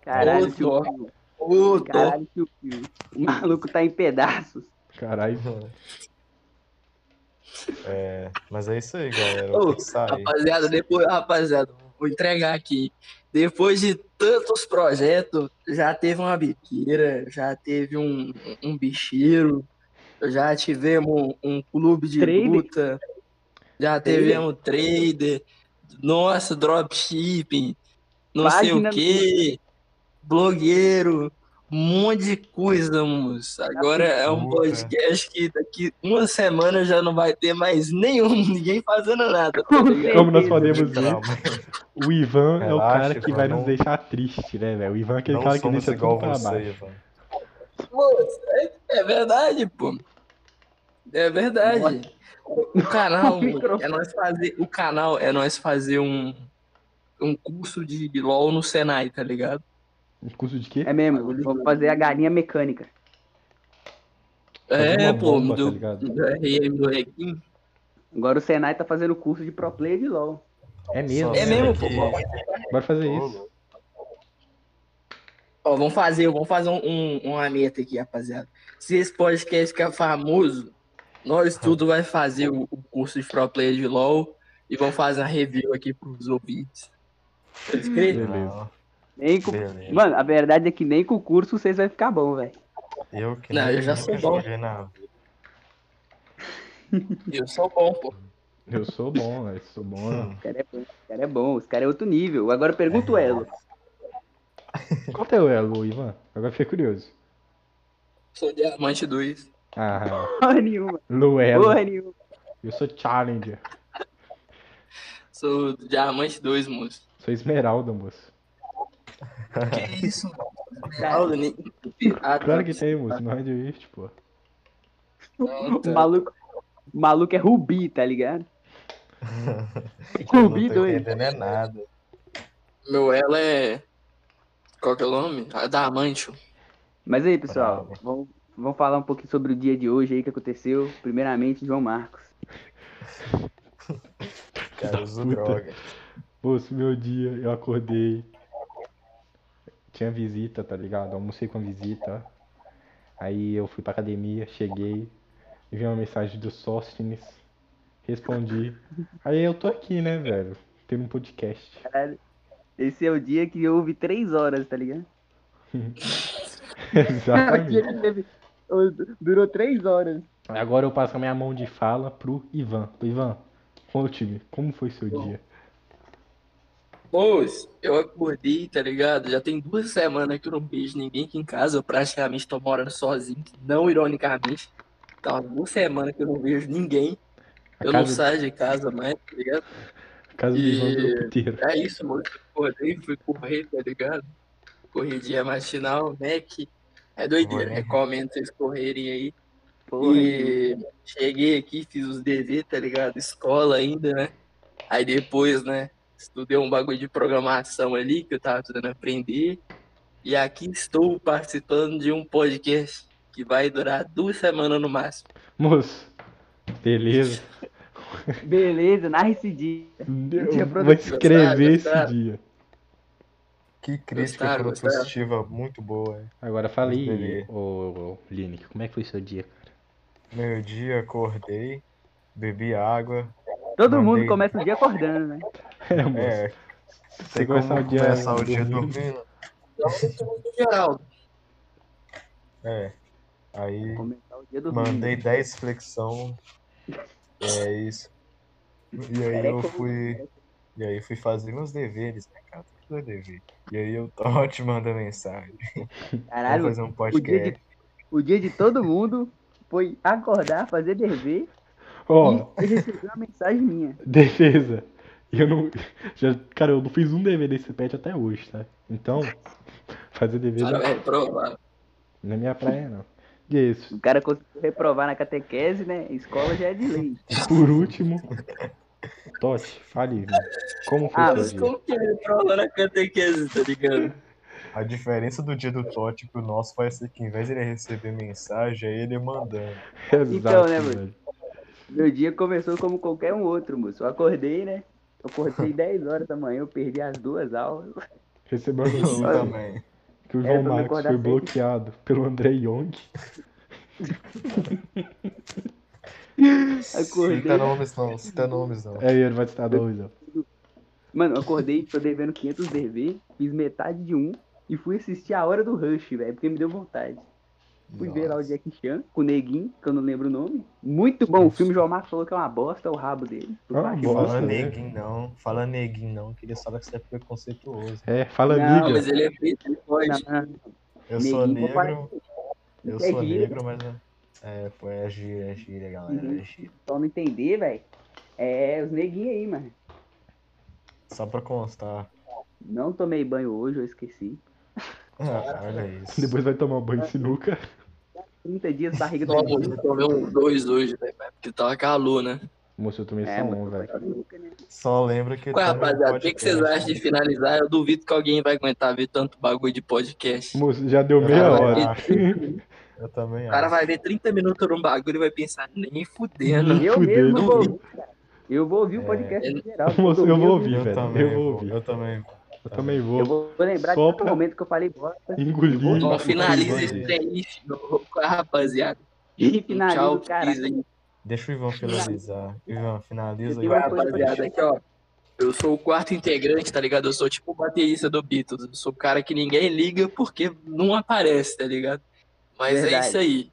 Speaker 3: Caralho,
Speaker 5: Ô,
Speaker 3: tio Pio.
Speaker 5: Ô, dó.
Speaker 3: Caralho, tio Pio. O maluco tá em pedaços.
Speaker 2: Caralho.
Speaker 4: É, mas é isso aí, galera.
Speaker 5: Ô,
Speaker 4: Vou ter que sair.
Speaker 5: Rapaziada, depois, rapaziada, vou entregar aqui. Depois de tantos projetos, já teve uma biqueira, já teve um, um bicheiro, já tivemos um clube de
Speaker 3: Trader.
Speaker 5: luta, já tivemos trader, nossa, dropshipping, não sei
Speaker 3: Página
Speaker 5: o
Speaker 3: no
Speaker 5: que, blogueiro, um monte de coisa, moço.
Speaker 3: Tá
Speaker 5: Agora é um
Speaker 4: Puta.
Speaker 5: podcast que daqui uma semana já não vai ter mais nenhum, ninguém fazendo nada. tá ligado?
Speaker 2: Como nós
Speaker 3: Beleza.
Speaker 2: podemos ver,
Speaker 4: Calma,
Speaker 2: o Ivan é o
Speaker 4: Relaxa,
Speaker 2: cara que
Speaker 4: Ivan,
Speaker 2: vai
Speaker 4: não-
Speaker 2: nos deixar triste, né, velho? O Ivan é aquele
Speaker 4: não
Speaker 2: cara que
Speaker 4: somos
Speaker 2: deixa
Speaker 4: igual
Speaker 2: tudo pra
Speaker 4: você,
Speaker 2: baixo.
Speaker 4: Ivan.
Speaker 5: Moço, é, é verdade, pô. É verdade. O canal
Speaker 3: O microfone.
Speaker 5: é nós fazer, o canal é nós fazer um um curso de LOL no Senai, tá ligado?
Speaker 2: Curso de quê?
Speaker 3: É mesmo, vou fazer a galinha mecânica.
Speaker 2: Fazer
Speaker 5: É,
Speaker 2: uma
Speaker 5: pô,
Speaker 2: bomba, tá
Speaker 5: do,
Speaker 2: ligado?
Speaker 5: do RM do Requiem.
Speaker 3: Agora o Senai tá fazendo curso de pro player de LOL.
Speaker 2: É mesmo.
Speaker 5: É
Speaker 2: né?
Speaker 5: mesmo,
Speaker 1: que-
Speaker 5: pô.
Speaker 2: Bora fazer isso.
Speaker 5: Ó, vamos fazer, vamos fazer um, um, uma meta aqui, rapaziada. Se esse podcast ficar famoso, nós tudo vai fazer o, o curso de pro player de LoL e vamos fazer uma review aqui pros ouvintes. Pode crer?
Speaker 2: Beleza.
Speaker 3: Nem com-
Speaker 4: Beleza.
Speaker 3: Mano, a verdade é que nem com o curso vocês vão ficar bom, velho.
Speaker 4: Eu que
Speaker 5: Não, eu já
Speaker 4: nunca
Speaker 5: sou bom.
Speaker 4: joguei na vida.
Speaker 2: Hum.
Speaker 5: Eu sou bom, pô.
Speaker 2: Eu sou bom, né? eu sou bom.
Speaker 3: Os caras é bom, os caras é bom, os caras é outro nível. Agora pergunta o Elo.
Speaker 2: Qual é o elo, Ivan? Agora fiquei curioso.
Speaker 5: Sou diamante 2.
Speaker 2: Ah,
Speaker 3: Porra nenhuma,
Speaker 2: Luelo.
Speaker 3: porra nenhuma.
Speaker 2: Eu sou Challenger.
Speaker 5: Sou diamante 2, moço.
Speaker 2: Sou Esmeralda, moço.
Speaker 5: Que isso, mano?
Speaker 3: Cara,
Speaker 5: Esmeralda, nem- Ah, tá.
Speaker 2: Claro que tem, moço. No Red Rift, pô.
Speaker 5: Ah,
Speaker 3: O
Speaker 5: tá.
Speaker 3: maluco, o maluco é Rubi, tá ligado? Rubi
Speaker 4: Não tô
Speaker 3: 2.
Speaker 4: entendendo é nada.
Speaker 5: Meu ela é. Qual que é o nome? A Damantio.
Speaker 3: Mas aí, pessoal,
Speaker 4: Bravo.
Speaker 3: vamos, vamos falar um pouquinho sobre o dia de hoje aí que aconteceu. Primeiramente, João Marcos.
Speaker 4: Cara, eu uso
Speaker 2: Puta.
Speaker 4: droga.
Speaker 2: Moço, meu dia, eu acordei. Tinha visita, tá ligado? Almocei com a visita. Aí eu fui pra academia, cheguei, vi uma mensagem do Sóstenes, respondi. Aí eu tô aqui, né, velho? Tendo um podcast.
Speaker 3: Esse é o dia que houve três horas, tá ligado?
Speaker 4: Tá
Speaker 3: o dia
Speaker 5: né?
Speaker 2: Exatamente.
Speaker 3: que teve. Durou três horas.
Speaker 2: Agora eu passo a minha mão de fala pro Ivan. Pro Ivan, conte-me, como foi seu dia?
Speaker 5: Pois, eu acordei, tá ligado? Já tem duas semanas que eu não beijo ninguém aqui em casa. Eu praticamente tô morando sozinho, não ironicamente. Tá, duas semanas que eu não vejo ninguém.
Speaker 2: A
Speaker 5: Eu não
Speaker 2: casa,
Speaker 5: saio de casa mais, tá ligado?
Speaker 2: a casa do Ivan
Speaker 5: e-
Speaker 2: virou puteiro.
Speaker 5: É isso, mano. Acordei, fui correr, tá ligado? Corridinha matinal, Mac. É doideira,
Speaker 4: Olha.
Speaker 5: recomendo vocês correrem aí.
Speaker 3: Porra, nenhuma.
Speaker 5: E cheguei aqui, fiz os deveres, tá ligado? Escola ainda, né? Aí depois, né? Estudei um bagulho de programação ali que eu tava tentando aprender. E aqui estou participando de um podcast que vai durar duas semanas no máximo.
Speaker 2: Moço, beleza.
Speaker 3: Beleza, narra esse dia.
Speaker 2: Eu vou
Speaker 3: produtivo,
Speaker 2: escrever
Speaker 5: sabe?
Speaker 2: esse dia.
Speaker 4: Que crítica
Speaker 5: Gostaram, gostaram?
Speaker 4: positiva muito boa. hein?
Speaker 2: Agora fala aí,
Speaker 4: Escrever.
Speaker 2: ô, ô Lineker, como é que foi seu dia?
Speaker 4: Meu dia, acordei, bebi água.
Speaker 3: Todo mundo
Speaker 4: Mandei.
Speaker 3: começa o dia acordando, né?
Speaker 2: É, moço.
Speaker 4: É,
Speaker 2: você
Speaker 4: tem como
Speaker 2: começar o dia
Speaker 4: começar o dia
Speaker 2: dormindo?
Speaker 4: dormindo.
Speaker 5: Então, eu tô no geral.
Speaker 4: É. Aí
Speaker 3: Começar o dia do
Speaker 4: mandei 10 flexão. É isso. E aí
Speaker 3: Cara, é
Speaker 4: eu
Speaker 3: como-
Speaker 4: fui. E aí fui fazer meus deveres, né, cara? Tem que fazer dever. E aí eu tô te mandando mensagem. Vamos
Speaker 3: Caralho,
Speaker 4: fazer um
Speaker 3: o dia,
Speaker 4: podcast.
Speaker 3: de, o dia de todo mundo foi acordar, fazer dever
Speaker 2: Ó,
Speaker 3: e receber uma mensagem minha.
Speaker 2: defesa. Eu não. Já, cara, eu não fiz um dever desse pet até hoje, tá? Então, fazer dever
Speaker 5: Cara,
Speaker 2: não,
Speaker 5: é provável.
Speaker 2: não é minha praia, não. E é isso.
Speaker 3: O cara conseguiu reprovar na catequese, né? Escola já é de lei.
Speaker 2: Por último. Tote, fale, Ivan. Como foi
Speaker 3: Ah,
Speaker 2: seu
Speaker 5: Mas
Speaker 2: dia?
Speaker 5: como que é prova na catequese, tá ligado?
Speaker 4: A diferença do dia do Totti pro nosso vai ser que em vez de ele receber mensagem, é ele mandando.
Speaker 2: Exato,
Speaker 3: Então, né, mano?
Speaker 2: velho.
Speaker 3: Meu dia começou como qualquer um outro, moço. Eu acordei, né? Eu acordei 10 horas da manhã, eu perdi as duas aulas.
Speaker 2: Recebeu a
Speaker 4: Eu
Speaker 2: notícia
Speaker 4: também.
Speaker 2: que o
Speaker 3: É, pra
Speaker 2: João
Speaker 3: me
Speaker 2: Marcos
Speaker 3: acordar
Speaker 2: foi
Speaker 3: cedo.
Speaker 2: bloqueado pelo André Young.
Speaker 4: Cita
Speaker 3: Acordei.
Speaker 4: nomes não, cita nomes não.
Speaker 2: É, ele vai te dar dois, ó.
Speaker 3: Mano, eu acordei, tô devendo 500 DV, fiz metade de um e fui assistir a hora do Rush, velho, porque me deu vontade. Fui ver lá o Jack Chan com o Neguinho, que eu não lembro o nome. Muito bom o filme, o João Marcos falou que é uma bosta o rabo dele.
Speaker 2: É uma bosta.
Speaker 3: Que
Speaker 2: Nossa,
Speaker 4: Fala
Speaker 2: né?
Speaker 4: neguinho não, fala neguinho não, queria só que você é preconceituoso.
Speaker 2: É, fala,
Speaker 3: Não,
Speaker 2: liga.
Speaker 5: Não, mas ele é feito, ele pode.
Speaker 3: bosta.
Speaker 4: Eu sou
Speaker 3: né? Neguinho, vou
Speaker 4: negro, eu
Speaker 3: É
Speaker 4: sou
Speaker 3: gíria.
Speaker 4: negro, mas é, pô, é gíria, é gíria, galera, é
Speaker 3: Uhum.
Speaker 4: gíria.
Speaker 3: Só não entender, velho. É, os neguinhos aí, mano.
Speaker 4: Só pra constar.
Speaker 3: Não tomei banho hoje, eu esqueci.
Speaker 4: Ah, olha isso.
Speaker 2: Depois vai tomar banho de sinuca.
Speaker 3: 30 dias, barriga do
Speaker 5: Tomou, eu tomei um dois hoje, velho, porque tava tá calor, né?
Speaker 2: Moço, eu tomei
Speaker 3: É,
Speaker 2: só um,
Speaker 3: mano,
Speaker 2: velho.
Speaker 3: vai nunca, né?
Speaker 4: Só lembra que.
Speaker 5: Ué,
Speaker 4: tem um
Speaker 5: é, rapaziada, o que, que
Speaker 4: podcast.
Speaker 5: vocês acham de finalizar? Eu duvido que alguém vai aguentar ver tanto bagulho de podcast. O
Speaker 2: Moço, já deu meia
Speaker 4: Caralho.
Speaker 2: hora.
Speaker 4: Eu também
Speaker 5: cara
Speaker 4: acho.
Speaker 5: vai ver 30 minutos num bagulho e vai pensar, nem fudendo.
Speaker 2: Hum.
Speaker 3: Eu
Speaker 2: Fudeu,
Speaker 3: mesmo
Speaker 5: não
Speaker 3: vou
Speaker 5: vi.
Speaker 3: ouvir, cara. Eu vou ouvir
Speaker 4: É.
Speaker 3: o podcast em geral.
Speaker 2: Moço, eu vou ouvir,
Speaker 4: Eu
Speaker 2: velho.
Speaker 4: também.
Speaker 2: Eu vou ouvir.
Speaker 4: Eu também.
Speaker 2: Eu também
Speaker 3: Eu
Speaker 2: vou.
Speaker 3: vou vou lembrar
Speaker 2: Só
Speaker 3: de
Speaker 2: pra-
Speaker 3: todo momento que eu falei bosta.
Speaker 2: Engolir.
Speaker 5: Bom,
Speaker 4: Bom,
Speaker 5: finaliza
Speaker 4: vamos
Speaker 5: esse
Speaker 4: ver.
Speaker 5: trem aí, filho, com a rapaziada.
Speaker 3: E finaliza
Speaker 5: Tchau,
Speaker 3: o caralho.
Speaker 5: Pisa.
Speaker 4: Deixa o Ivan finalizar. Ivan, finaliza aí.
Speaker 3: Eu tenho uma coisa pra
Speaker 5: Rapaziada, Tá aqui, ó. Eu sou o quarto integrante, tá ligado? Eu sou tipo o baterista do Beatles. Eu sou o cara que ninguém liga porque não aparece, tá ligado? Mas
Speaker 3: Verdade.
Speaker 5: é isso aí.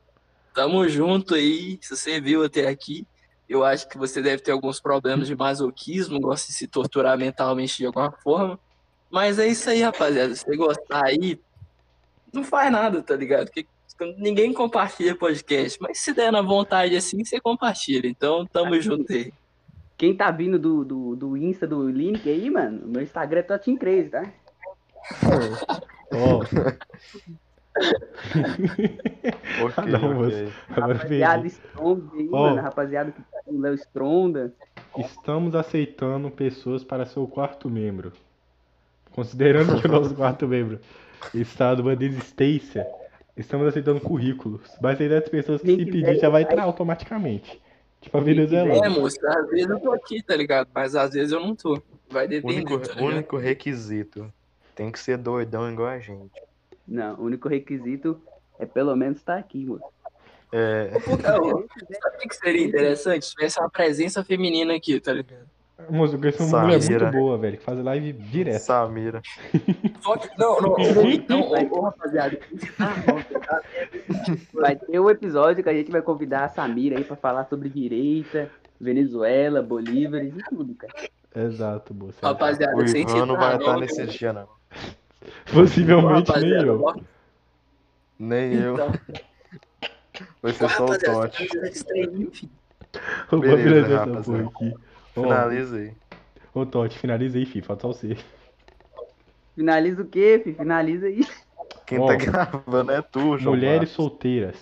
Speaker 5: Tamo junto aí. Se você viu até aqui, eu acho que você deve ter alguns problemas de masoquismo, gosta de se torturar mentalmente de alguma forma. Mas é isso aí, rapaziada. Se você gostar aí, não faz nada, tá ligado? Porque ninguém compartilha podcast. Mas se der na vontade assim, você compartilha. Então, tamo junto aí.
Speaker 3: Quem tá vindo do, do, do Insta do Link aí, mano, meu Instagram é Totin Crazy, tá?
Speaker 2: Ó,
Speaker 4: Ok,
Speaker 2: Ah, não,
Speaker 4: ok.
Speaker 2: agora
Speaker 3: Rapaziada
Speaker 2: perdi.
Speaker 3: Stronda aí,
Speaker 2: Ó.
Speaker 3: mano. Rapaziada que tá com o Léo Stronda.
Speaker 2: Estamos aceitando pessoas para ser o quarto membro. Considerando que o nosso quarto membro está numa desistência, estamos aceitando currículos. Vai aceitar as pessoas que
Speaker 3: Quem
Speaker 2: se
Speaker 3: quiser,
Speaker 2: pedir já vai
Speaker 3: vai.
Speaker 2: entrar automaticamente. Tipo a
Speaker 3: Quem
Speaker 5: É,
Speaker 2: Venezuela.
Speaker 5: moço, às vezes eu tô aqui, tá ligado? Mas às vezes eu não tô. Vai depender,
Speaker 4: Único,
Speaker 5: tá ligado?
Speaker 4: único requisito. Tem que ser doidão igual a gente.
Speaker 3: Não, o único requisito é pelo menos estar aqui, mano.
Speaker 4: É,
Speaker 5: Puta, ô, sabe o que que seria interessante? Se tivesse uma presença feminina aqui, tá ligado?
Speaker 2: Moço, eu conheço uma
Speaker 4: Samira.
Speaker 2: mulher é muito boa, velho, que faz live direto.
Speaker 4: É Samira.
Speaker 5: Só que, não, não, não, então, ô, ô, rapaziada,
Speaker 3: Vai ter um episódio que a gente vai convidar a Samira aí pra falar sobre direita, Venezuela, Bolívar e tudo, cara.
Speaker 2: Exato, moço. É exato.
Speaker 5: rapaziada,
Speaker 4: O
Speaker 5: sem né? citar
Speaker 4: Ivan não vai estar
Speaker 5: nome,
Speaker 4: nesse dia, não.
Speaker 2: Possivelmente nem
Speaker 5: rapaziada,
Speaker 2: eu.
Speaker 5: ó,
Speaker 4: Nem eu.
Speaker 5: então,
Speaker 4: Vai ser só o
Speaker 5: rapaziada,
Speaker 4: Tote.
Speaker 5: tá estranho, filho.
Speaker 2: Eu vou
Speaker 4: Beleza,
Speaker 2: apresentar essa porra
Speaker 4: rapaziada.
Speaker 2: aqui. Ó,
Speaker 4: Finaliza aí.
Speaker 2: Ô, Totti, finaliza aí, fi. Falta só você.
Speaker 3: Finaliza o quê, filho? Finaliza aí.
Speaker 4: Quem
Speaker 2: Ó.
Speaker 4: tá gravando é tu, João.
Speaker 2: Mulheres
Speaker 4: Marcos.
Speaker 2: solteiras,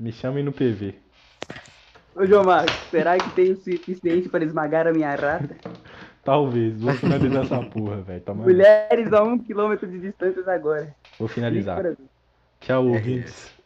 Speaker 2: me chamem no PV.
Speaker 3: Ô, João Marcos, será que tem o suficiente para esmagar a minha rata?
Speaker 2: Talvez. Vou finalizar essa porra, velho. tá Toma aí.
Speaker 3: Mulheres a um quilômetro de distância agora.
Speaker 2: Vou finalizar.
Speaker 3: Isso, cara.
Speaker 2: Tchau, ouvintes.